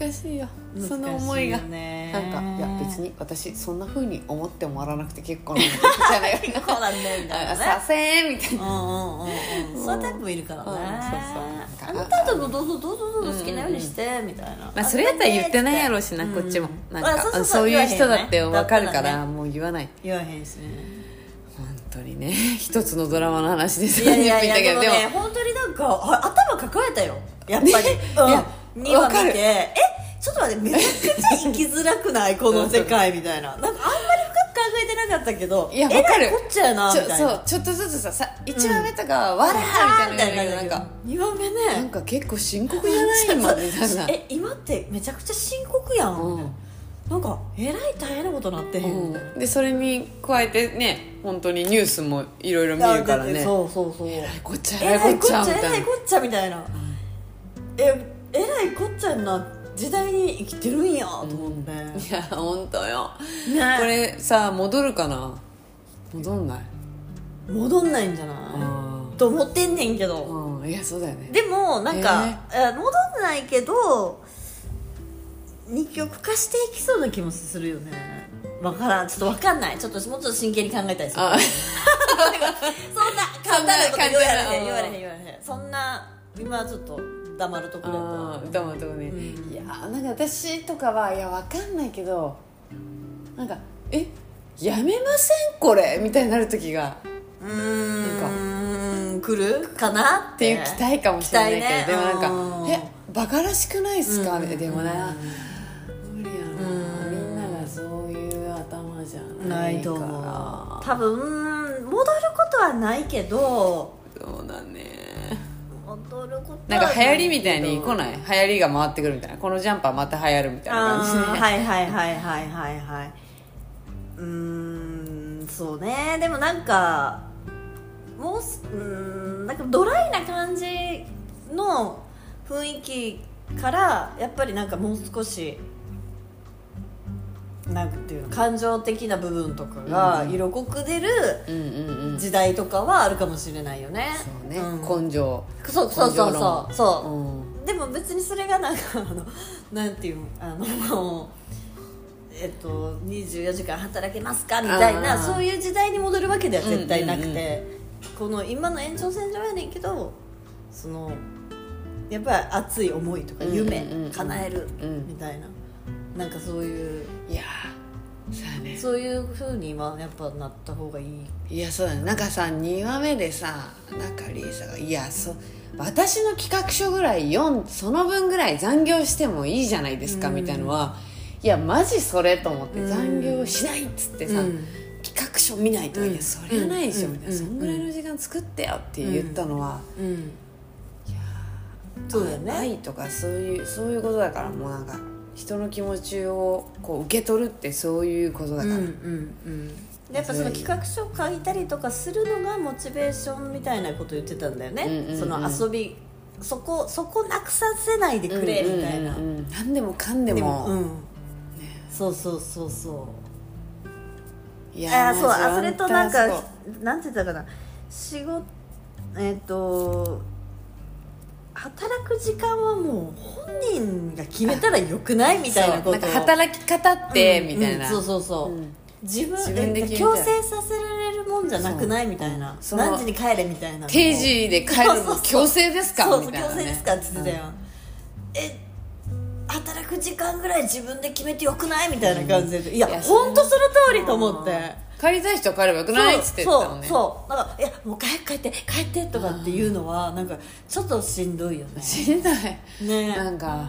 S1: 難しいよその思いが
S2: 難しね
S1: なんかいや別に私そんなふうに思ってもらわなくて結構なんだ じゃないよ
S2: そうなんだよみたい
S1: あ
S2: な
S1: さ
S2: ね
S1: せーんみたいな
S2: うんうんうんうんそういうタイプもいるからね
S1: うんそうそう
S2: あなたともどうぞどうぞどうぞ好きなようにしてみたいな
S1: まあそれやったら言ってないやろうしな、
S2: うん
S1: こっちもなん
S2: あ
S1: か
S2: そうそうそう
S1: そういう人だって
S2: 言わへんよね
S1: わかるか
S2: だった
S1: ら
S2: ら
S1: もう言わない
S2: 言わへんしね
S1: 本当にね 一つのドラマの話です
S2: いやいや い
S1: 言っ
S2: や
S1: て
S2: で
S1: た
S2: も
S1: けど
S2: ね本当になんかあ頭抱えたよやっぱり、
S1: いや
S2: うん、2話
S1: わかる
S2: 見てえちょっと待ってめちゃくちゃ生きづら くないこの世界みたいななんかあんまり深く考えてなかったけど
S1: いや
S2: え
S1: わかる
S2: らいこっちゃやなみ
S1: ちょ
S2: たいな
S1: そうちょっとずつささ1話目とか「わら!」みたいなのがなんか
S2: 2話目ね
S1: なんか結構深刻じゃない今 みたいな
S2: え今ってめちゃくちゃ深刻やん、
S1: うん
S2: なんかえらい大変なことなってへん、みたいな
S1: でそれに加えてね本当にニュースもいろいろ見るからね
S2: そうそうそうえ
S1: こっちゃ
S2: ら
S1: え
S2: い
S1: ら
S2: こ
S1: い
S2: っ
S1: こっ
S2: ち
S1: ち
S2: ゃ
S1: ゃみ
S2: えら
S1: たい
S2: い
S1: な
S2: こっちゃみたいな、ええらいこっちゃやんな時代に生きてるんやと思って、
S1: いや本当よ
S2: ね
S1: これさ戻るかな戻んない
S2: 戻んないんじゃな
S1: あ
S2: いと思ってんねんけど、
S1: ーうんいやそうだよね
S2: でもなんか、え戻んないけど二極化していきそうな気もするよねわからんちょっとわかんないちょっともうちょっと真剣に考えたいです
S1: あ
S2: そんな簡単なこと言われへん言われへん言われへんそんな今ちょっと黙るところやと
S1: あーどうもどうもね、
S2: うん
S1: いやーなんか私とかはいやわかんないけどなんか「えやめませんこれ」みたいになる時が
S2: うーん来るかなっ
S1: ってていう期待かもしれないけど、
S2: 期待
S1: で
S2: ね
S1: もなんか
S2: う
S1: 「
S2: ん
S1: えバカらしくないっすか?」みたいなでもな無理やな
S2: うん
S1: みんながそういう頭じゃな
S2: ないい
S1: か
S2: と
S1: ら
S2: 思う多分戻ることはないけど
S1: そうだね
S2: 戻ることは
S1: なんか流行りみたいに来
S2: い
S1: ない流行りが回ってくるみたいなこのジャンパーまた流行るみたいな
S2: あ
S1: 感じ
S2: ー
S1: で、
S2: はいはいはいはいはいはいうーんそうねでもなんかもうすうーんなんかドライな感じの雰囲気からやっぱりなんかもう少しなんていうの感情的な部分とかが色濃く出る
S1: うんうんうん
S2: 時代とかはあるかもしれないよね。
S1: そうね、
S2: ん
S1: 根性
S2: そうそうそうそうそう、
S1: うん
S2: でも別にそれがなんかあの なんていうのあの もうえっと24時間働けますかみたい
S1: あ
S2: な
S1: ー
S2: そういう時代に戻るわけでは絶対なくて、
S1: うんうん
S2: この今の延長線上やねんけどそのやっぱり熱い思いとか
S1: うん
S2: 夢
S1: うんうん
S2: 叶える
S1: うん
S2: みたいななんかそういう
S1: いやーそうやね
S2: そういうふうにはやっぱなった方がいい
S1: いやそうだねなんかさ2話目でさなんかリーサが「いやそ私の企画書ぐらい4その分ぐらい残業してもいいじゃないですか」みたいのは「いやマジそれ」と思って「
S2: うん
S1: 残業しない」っつってさ、
S2: うん
S1: 企画書見ないと「
S2: うん
S1: いやそれはないでしょ」
S2: うん
S1: みたいな「そんぐらいの時間作ってよ」って言ったのは、
S2: うんそうだよね
S1: 愛とかそういうそういうことだからもうなんか人の気持ちをこう受け取るってそういうことだから、
S2: うんうんやっぱその企画書を書いたりとかするのがモチベーションみたいなこと言ってたんだよね、
S1: うんうんうん
S2: その遊びそこそこなくさせないでくれみたいな、
S1: うんうんうんうん何でもかんでも
S2: でもうん、そうそうそうそう
S1: い
S2: あ
S1: や
S2: あそうあそれとなん
S1: 本当は
S2: か
S1: そ
S2: なんて言ったかな仕事えっ、と働く時間はもう本人が決めたらよくないみたいなことを
S1: そうなんか働き方って、
S2: うん
S1: みたいな、
S2: うんそうそうそう、
S1: うん
S2: 自分
S1: 自分で決めたい
S2: 強制させられるもんじゃなくないみたいな
S1: そう
S2: 何時に帰れみたいな
S1: 定時で帰るの強制ですか
S2: そう
S1: みたい
S2: 強
S1: な、ね、
S2: 制ですかって言ってたよ、え働く時間ぐらい自分で決めてよくないみたいな感じで、いや
S1: いや
S2: 本当その通りと思って、
S1: 帰りたい人は帰ればよくないっつって言っ
S2: そ
S1: たの
S2: う
S1: ね
S2: そうなんか「いやもう早く帰って帰って」とかっていうのはなんかちょっとしんどいよね
S1: しんどい
S2: ね
S1: なんか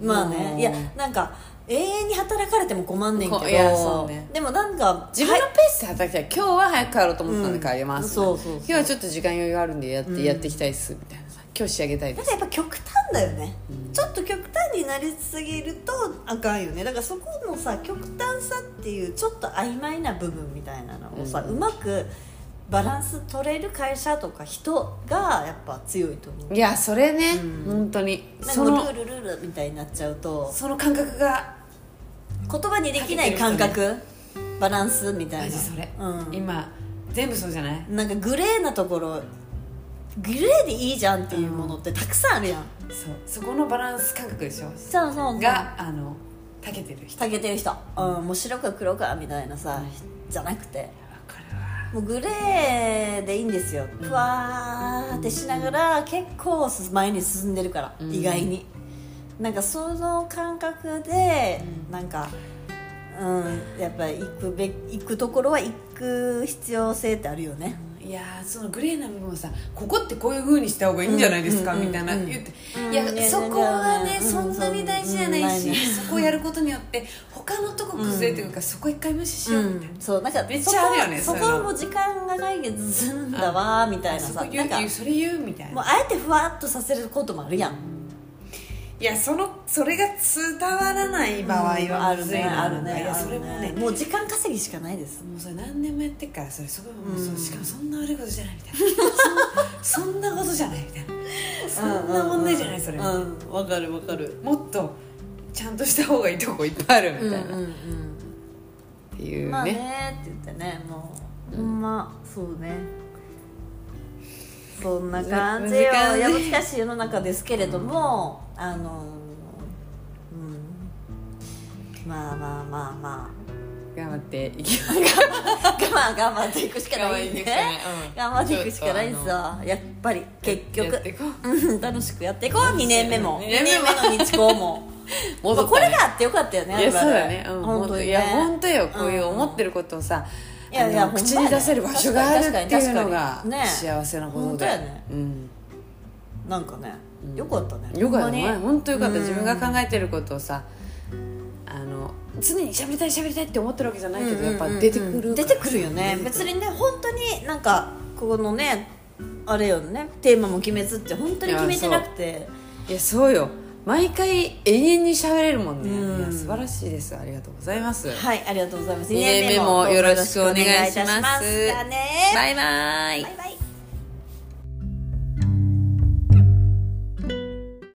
S2: まあ
S1: う
S2: ね
S1: ん
S2: いやなんか永遠に働かれても困んねんけど
S1: こいやそうね
S2: でもなんか
S1: 自分のペースで働きたい、今日は早く帰ろうと思ったんで帰ります、
S2: うんそうそうそう
S1: 今日はちょっと時間余裕があるんでやって,、やっていきたいっすみたいなさ今日仕上げたいで
S2: だ
S1: す
S2: からやっぱ極端だよね、ちょっと極端になりすぎるとあかんよねだからそこのさ極端さっていうちょっと曖昧な部分みたいなのをさ、うまくバランス取れる会社とか人がやっぱ強いと思う
S1: いやそれね、本当に
S2: なん
S1: そ
S2: かも
S1: の
S2: うルールルールみたいになっちゃうと
S1: その感覚が
S2: 言葉にできない感覚、バランスみたいな
S1: マジそれ、
S2: う
S1: 今全部そうじゃない
S2: ん、なんかグレーなところグレーでいいじゃんっていうものってたくさんあるやん、
S1: そうそこのバランス感覚でしょ
S2: そうそうそう
S1: があのたけてる人
S2: 下げてる人、うん、もう白か黒かみたいなさ、じゃなくて
S1: これは
S2: もうグレーでいいんですよふわーってしながら結構前に進んでるから、
S1: うん
S2: 意外になんかその感覚で、なんかうんやっぱ行くべ行くところは行く必要性ってあるよね、
S1: いやーそのグレーな部分をさここってこういうふうにした方がいいんじゃないですか、
S2: うんうん
S1: みたいな
S2: うん
S1: 言って、
S2: うん
S1: いや、
S2: いや
S1: そこはね、
S2: うん
S1: そんなに大事じゃないし、
S2: うん
S1: そこをやることによって他のとこ崩れてるから、そこ一回無視し
S2: う
S1: ようみたい
S2: ん、そうなんか
S1: めっちゃあるよね
S2: そこ
S1: そういう
S2: は
S1: の
S2: もう時間が解決するんだわーみた
S1: な、
S2: いな
S1: そ
S2: さ
S1: こ言
S2: な
S1: うん
S2: か
S1: 言うそれ言うみたい
S2: もう
S1: な
S2: あえてふわっとさせることもあるやん、
S1: いやそのそれが伝わらない場合
S2: あ
S1: は
S2: る
S1: むずい
S2: ね
S1: な
S2: あるね
S1: いやそれも
S2: あ
S1: ね
S2: るもう時間稼ぎしかないです
S1: もうそれ何年もやってっからそれすごいもうそう
S2: うん
S1: しかもそんな悪いことじゃないみたいなそんそんなことじゃないみたいなそんな問題じゃないそれ
S2: う
S1: も
S2: んわかるわかる
S1: っとちゃんとした方がいいとこいっぱいあるみたいな、
S2: うんうん
S1: っていううんね,、
S2: まあねって言ってねもうほんまそうねそんな感じよ
S1: 難しい
S2: いや難しい世の中ですけれどもあのうんまあまあまあまあ
S1: 頑張っていきま
S2: 我慢 頑張っていくしかないね頑
S1: 頑
S2: 張
S1: 張
S2: っ
S1: っててい
S2: いく
S1: く
S2: し
S1: し
S2: か
S1: か
S2: な
S1: ないい
S2: ん
S1: うん
S2: す
S1: ちょっと
S2: わやっぱり結
S1: やっ
S2: 局
S1: ていこう
S2: うん楽しくやっていこう2年目も
S1: 二年
S2: 2
S1: 目
S2: 年
S1: も
S2: 目の日高も
S1: 戻ったね
S2: まあこれがあってよかったよね
S1: いや
S2: 我々
S1: そうだね、うん、
S2: 本当にね
S1: いや本当よこういう思って
S2: る
S1: ることをさ、
S2: いやいや
S1: あの
S2: ほんまやね
S1: 口に出せる場所があるっ
S2: 確か
S1: て
S2: に
S1: いうのが
S2: 確かにね
S1: 幸せなこと
S2: 本当
S1: で、
S2: やね
S1: うん
S2: なんかねよかったね
S1: よかった
S2: ほん
S1: ね
S2: まに
S1: 本当よかった、
S2: うん
S1: 自分が考えてることをさあの常に喋りたい喋りたいって思ってるわけじゃないけど、
S2: うんうんうん
S1: やっぱ出てくる
S2: 出てくるよね
S1: 出てく
S2: 別
S1: る
S2: にね本当になんかこのねあれよねテーマも決めずって本当に決めてなくて
S1: いやそうよ毎回永遠に喋れるもんね、
S2: うん
S1: いや素晴らしいですありがとうございます、
S2: はいありがとうございます
S1: 二年目もよろしくお願いします
S2: だね
S1: バイバイ
S2: バイバイ